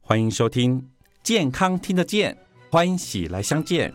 欢迎收听《健康听得见》，欢喜来相见。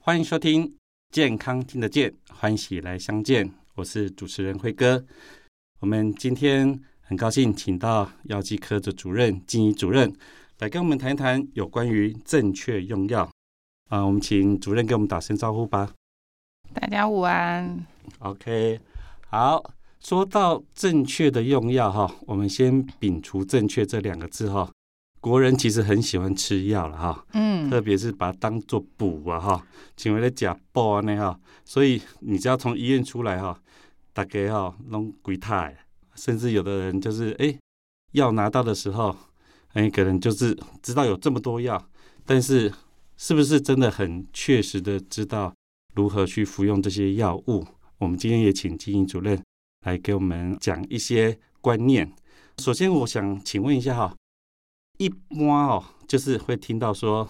欢迎收听《健康听得见》，欢喜来相见。我是主持人辉哥。我们今天很高兴请到药剂科的主任金怡主任来跟我们谈一谈有关于正确用药。啊，我们请主任给我们打声招呼吧。大家午安。 OK，好。说到正确的用药哈，我们先摒除“正确”这两个字哈。国人其实很喜欢吃药了哈，嗯，特别是把它当做补啊哈，请为了假补安尼哈，所以你只要从医院出来哈，大家哈弄鬼态，甚至有的人就是哎药拿到的时候，哎可能就是知道有这么多药，但是是不是真的很确实的知道如何去服用这些药物？我们今天也请经营主任来给我们讲一些观念。首先，我想请问一下哈，一般哦，就是会听到说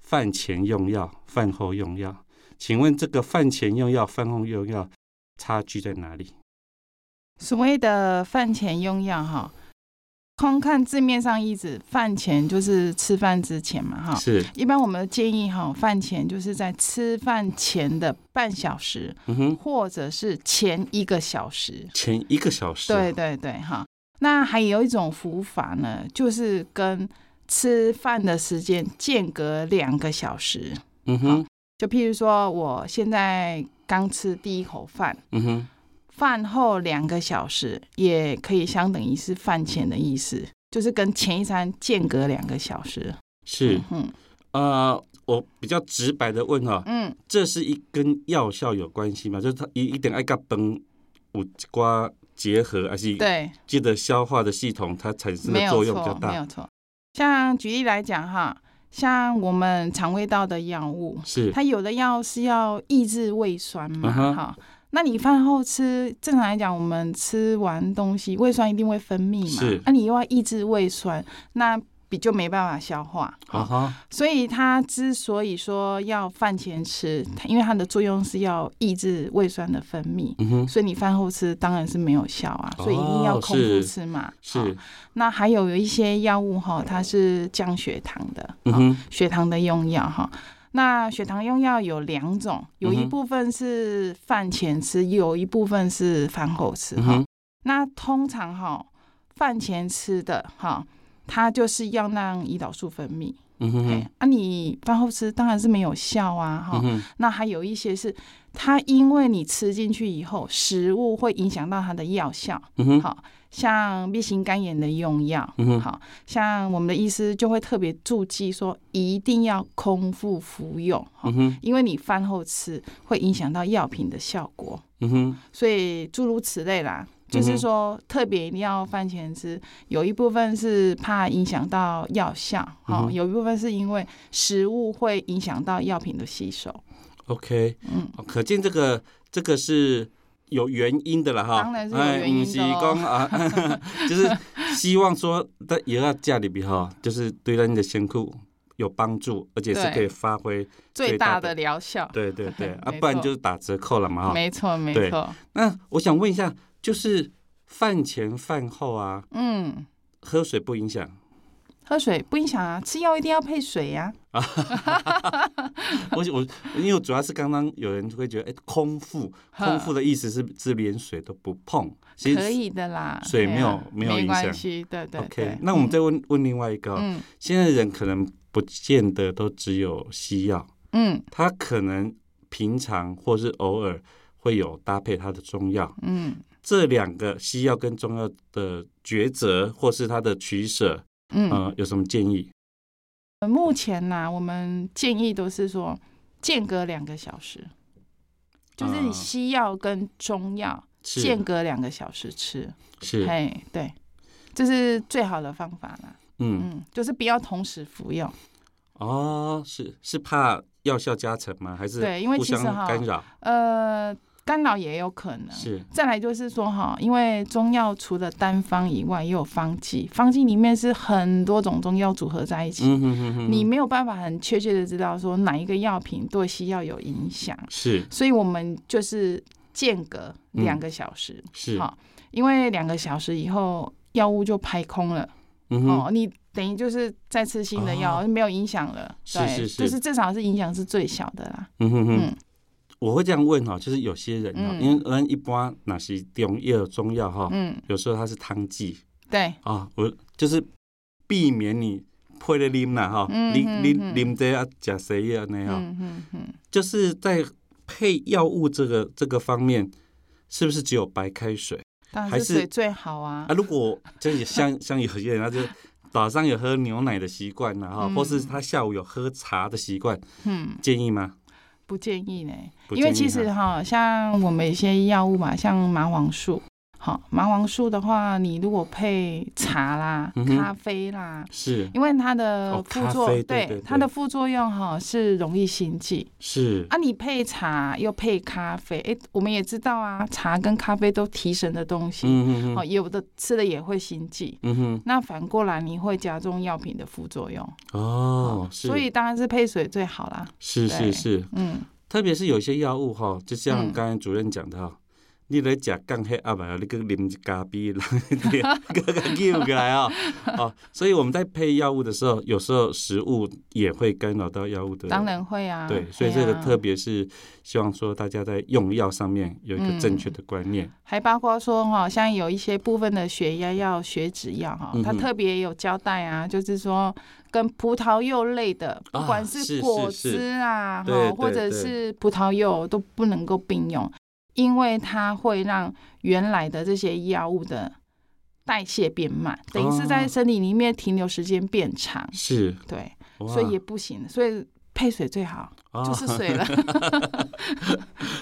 饭前用药、饭后用药。请问这个饭前用药、饭后用药差距在哪里？所谓的饭前用药哈，空看字面上意思，饭前就是吃饭之前嘛哈。是，一般我们建议哈，饭前就是在吃饭前的半小时，嗯哼，或者是前一个小时。前一个小时，对，对对哈。那还有一种服法呢，就是跟吃饭的时间间隔两个小时。嗯哼，就譬如说，我现在刚吃第一口饭。嗯哼，饭后两个小时也可以相等于是饭前的意思，就是跟前一餐间隔两个小时。是，嗯呃，我比较直白的问哈、嗯，这是一跟药效有关系吗？就是它一一点爱嘎崩，有一瓜结合，还是对，记得消化的系统它产生没的有作用比较错，没大？有错。像举例来讲哈，像我们肠胃道的药物，是，它有的药是要抑制胃酸嘛，嗯哼哈、那你饭后吃，正常来讲，我们吃完东西，胃酸一定会分泌嘛，是那、你又要抑制胃酸，那比就没办法消化。啊哈，所以它之所以说要饭前吃，它因为它的作用是要抑制胃酸的分泌，嗯哼，所以你饭后吃当然是没有效啊，哦所以一定要空腹是吃嘛。好是，那还有有一些药物哈，它是降血糖的，嗯好哼，血糖的用药哈。那血糖用药有两种，有一嗯哼部分是饭前吃，有一部分是饭后吃嗯哈。哼，那通常哈，饭前吃的哈，它就是要让胰岛素分泌。嗯哼哎，啊，你饭后吃当然是没有效啊，哈、嗯哼，那还有一些是它因为你吃进去以后，食物会影响到它的药效，嗯哼，好、像 B 型肝炎的用药，嗯哼，好、像我们的医师就会特别注记说，一定要空腹服用，哈、嗯哼，因为你饭后吃会影响到药品的效果，嗯哼，所以诸如此类啦。嗯就是说，特别一定要饭前吃，有一部分是怕影响到药效，嗯哦，哼有一部分是因为食物会影响到药品的吸收， OK，嗯，哦可见这个这个是有原因的了哈，当然是有原因的哎咯不是讲啊， 就是希望说在也要家里边哈，就是对咱的辛苦有帮助，而且是对可以发挥，最最大大的的疗效，对对 对，啊，没不然错就是打折扣了嘛哈。没错没对错，那我想问一下，就是饭前饭后啊，嗯，喝水不影响？ 喝水不影响啊，吃药一定要配水呀、我我因为我主要是刚刚有人会觉得，哎，空 腹，呵空腹的意思是是连水都不碰，其实可以的啦，水没有对啊没有影响关系，对对 OK，对。那我们再问、问另外一个哦、嗯现在人可能不见得都只有西药，嗯他可能平常或是偶尔会有搭配他的中药。嗯这两个西药跟中药的抉择或是它的取舍，嗯呃，有什么建议？嗯，目前呢、我们建议都是说间隔两个小时，就是嗯西药跟中药间是隔两个小时吃，是，嘿，对，这是最好的方法啦。嗯，嗯，就是不要同时服用，哦，是是怕药效加成吗？还是对因为互其实相哈嗯干扰？呃，干扰也有可能。是再来就是说哈，因为中药除了单方以外，也有方剂，方剂里面是很多种中药组合在一起，嗯哼哼哼，你没有办法很确切的知道说哪一个药品对西药有影响，是所以我们就是间隔嗯两个小时，是好因为两个小时以后药物就排空了、嗯哼哦哦，你等于就是再吃新的药，没有影响了，是对，是是就是至少是影响是最小的啦，嗯哼哼，嗯我会这样问哈，就是有些人哈，嗯因为咱一般那是中药中药哈，嗯，有时候它是汤剂对，啊，我就是避免你配了啉啦哈，嗯你嗯你嗯啉这啊吃谁呀那样，嗯嗯嗯，就是在配药物这个这个方面，是不是只有白开水当还然是是水最好啊啊？，如果真的像 像有些人，啊他就早上有喝牛奶的习惯啦哈，嗯或是他下午有喝茶的习惯，嗯，建议吗？不建议呢。不因为建议其实哈哈，像我们一些药物嘛，像麻黄素，好，麻黄素的话，你如果配茶啦、嗯哼咖啡啦，是因为它的哦副咖作、啡对对对它的副作用哈是容易心悸是啊。你配茶又配咖啡，哎，我们也知道啊，茶跟咖啡都提神的东西，嗯哦，哼有的吃了也会心悸。嗯哼那反过来，你会加重药品的副作用，哦，是所以当然是配水最好啦。是是对是，嗯，特别是有一些药物哈，就像嗯刚才主任讲的哈。你来食降血压吧，你去啉一咖啡，然后 你个个救过来啊！哦，所以我们在配药物的时候，有时候食物也会干扰到药物的当然会啊。对，所以这个哎呀特别是希望说大家在用药上面有一个正确的观念。还包括说哈，像有一些部分的血压药、血脂药哈嗯哼，它特别有交代啊，就是说跟葡萄柚类的，啊不管是是果汁是啊，哈对，或对者对是葡萄柚都不能够并用，因为它会让原来的这些药物的代谢变慢，等于是哦在身体里面停留时间变长，是，对，哇所以也不行，所以配水最好，啊就是水了，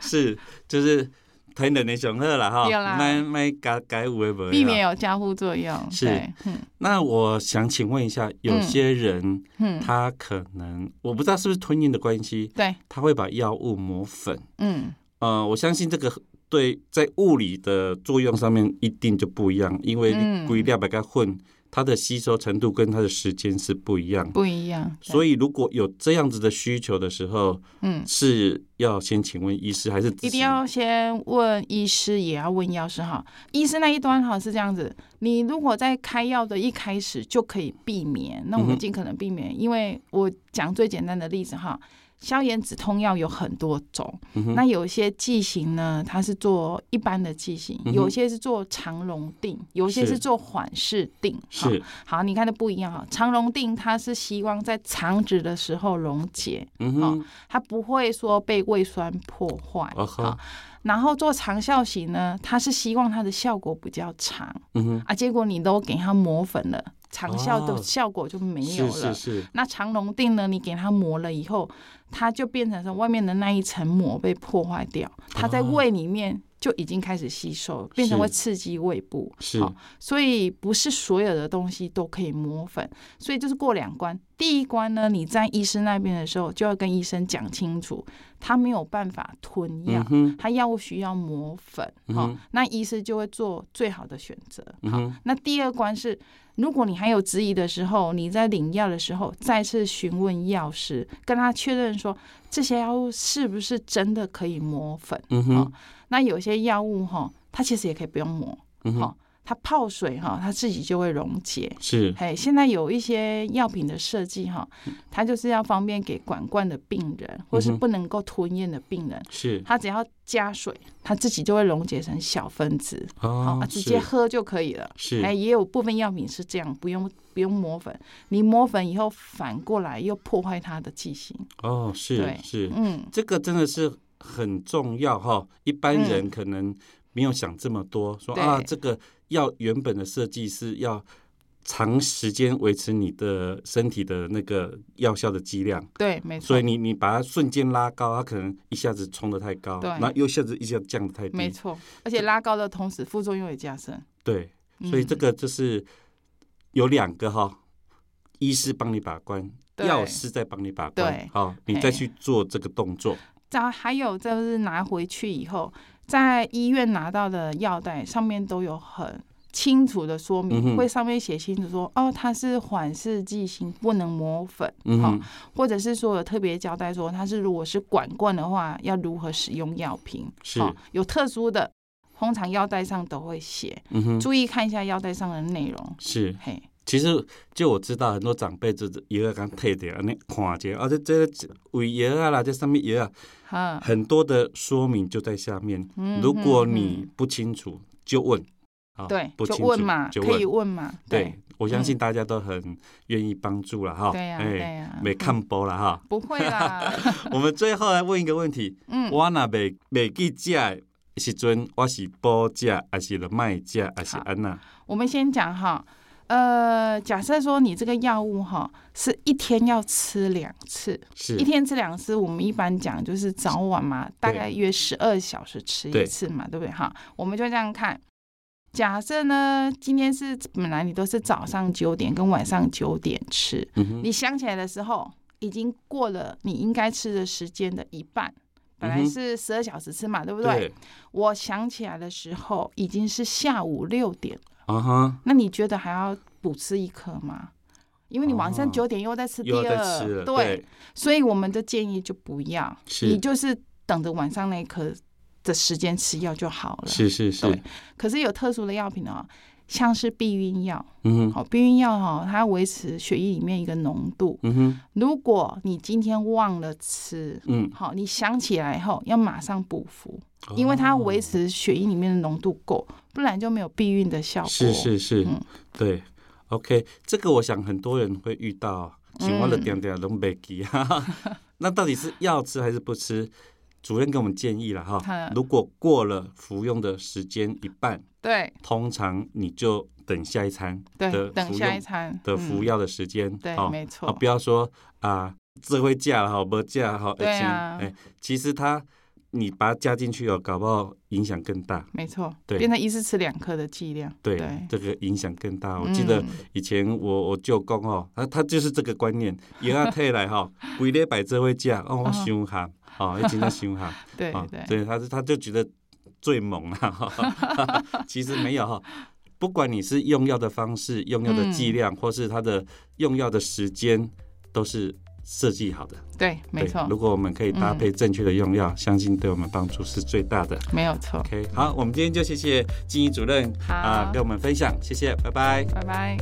是就是天冷的上好啦哈对，啦卖卖改改有的无 避免。有加副作用，是对，嗯那我想请问一下，有些人嗯，他可能、我不知道是不是吞咽的关系，对，他会把药物磨粉。嗯。呃，我相信这个对在物理的作用上面一定就不一样，因为你嗯硅料白它混，它的吸收程度跟它的时间是不一样的。不一样，所以，以如果有这样子的需求的时候，嗯，是要先请问医师，还是只是一定要先问医师，也要问药师哈。医师那一端哈是这样子，你如果在开药的一开始就可以避免，那我嗯们哼尽可能避免，因为我讲最简单的例子哈。消炎止痛药有很多种，嗯哼那有些剂型呢，它是做一般的剂型，嗯哼有些是做肠溶定，有些是是做缓释定。哈是好，你看的不一样哈。肠溶定它是希望在肠子的时候溶解，啊嗯哼它不会说被胃酸破坏。啊哈好然后做长效型呢，它是希望它的效果比较长嗯哼啊，结果你都给它磨粉了，长效哦的效果就没有是了。是是那长龙定呢，你给它磨了以后，它就变成说外面的那一层膜被破坏掉，它在哦胃里面就已经开始吸收，变成是会刺激胃部。是好所以不是所有的东西都可以磨粉，所以就是过两关。第一关呢，你在医生那边的时候，就要跟医生讲清楚，他没有办法吞药嗯，哼他药物需要磨粉，嗯好、哼那医师就会做最好的选择。嗯好、哼那第二关是，如果你还有质疑的时候，你在领药的时候再次询问药师，跟他确认说这些药物是不是真的可以磨粉。嗯哼好那有些药物哈、它其实也可以不用磨，嗯哼好它泡水哈、它自己就会溶解。是嘿，现在有一些药品的设计哈，它就是要方便给管灌的病人，或是嗯哼不能够吞咽的病人，是它只要加水，它自己就会溶解成小分子，好、哦啊直接是喝就可以了。是哎，也有部分药品是这样，不用不用磨粉，你磨粉以后反过来又破坏它的剂型。哦是对是嗯，这个真的是很重要哈，一般嗯人可能没有想这么多，说对啊这个药原本的设计是要。长时间维持你的身体的那个药效的剂量，对，没所错以，你你把它瞬间拉高，它可能一下子冲得太高，对然后又一下子一下子降得太没低，错，而且拉高的同时副作用也加深。对，嗯所以这个就是有两个哈，医师帮你把关，对药师在帮你把关对，好，你再去做这个动作，再还有就是拿回去以后，在医院拿到的药袋上面都有很清楚的说嗯明，哼会上面写清楚说，哦，它是缓释剂型，不能磨粉，嗯好哼，或者是说有特别交代说，它是如果是管罐的话，要如何使用药品，是好有特殊的，通常药袋上都会写，嗯哼，注意看一下药袋上的内容，是。嘿，其实就我知道很多长辈就是药啊，刚摕着安尼看者，啊，这这个胃药啊啦，这上面药啊，哈，很多的说明就在下面。嗯如果嗯你不清楚，就问。啊对，不就清楚问嘛，就可以问。问嘛，对，我相嗯信大家都很愿意帮助了哈。对呀，哎对呀，没嗯看播了哈。不会 啦，我们最后来问一个问 题：嗯，我若袂袂记食的时阵，我是补食，还是了卖食，还是好安那？我们先讲哈，呃，假设说你这个药物哈是一天要吃两次，是一天吃两次，我们一般讲就是早晚嘛，大概约十二小时吃对一次嘛，对不对哈？我们就这样看。假设呢，今天是本来你都是早上九点跟晚上九点吃，嗯哼，你想起来的时候，已经过了你应该吃的时间的一半。本嗯来哼是十二小时吃嘛，对不对，我想起来的时候已经是下午六点啊哈，那你觉得还要补吃一颗吗？因为你晚哦上九点又在吃第又要二，再吃了，对，，所以我们的建议就不要，是你就是等着晚上那一颗的时间吃药就好了。是是是，对可是有特殊的药品哦，像是避孕药，哦嗯哼，好、避孕药哈、它维持血液里面一个浓度。嗯哼，如果你今天忘了吃，嗯，好、你想起来后要马上补服，因为它哦维持血液里面的浓度够，不然就没有避孕的效果。哦是是是嗯，对，OK，这个我想很多人会遇到，请我的嗯点点拢袂记 哈哈。那到底是要吃还是不吃？主任给我们建议了哈哈，如果过了服用的时间一半，对通常你就等下一餐的对，等服下用一餐嗯的服、药的时间嗯，对，哦没啊，错不，要说啊，这会嫁了哈，不嫁好，对啊哎，其实它你把它加进去哦，搞不好影响更大。没错，对变成一次吃两颗的剂量，对，对这个影响更啊大。我记得嗯以前我我舅公哦，他他就是这个观 念，也要退来哈，规礼拜这会嫁哦，我哦凶寒哦，一真的凶寒 对啊对，对，他就他就觉得最猛了， 哈 其实没有哈。不管你是用药的方式、用药的剂嗯量，或是它的用药的时间，都是设计好的。对，没对，错嗯如，果我们可以搭配正确的用药，相信对我们帮助是最大的。没有错， OK，好，我们今天就谢谢金怡主任好啊、跟我们分享，谢谢，拜拜。拜拜。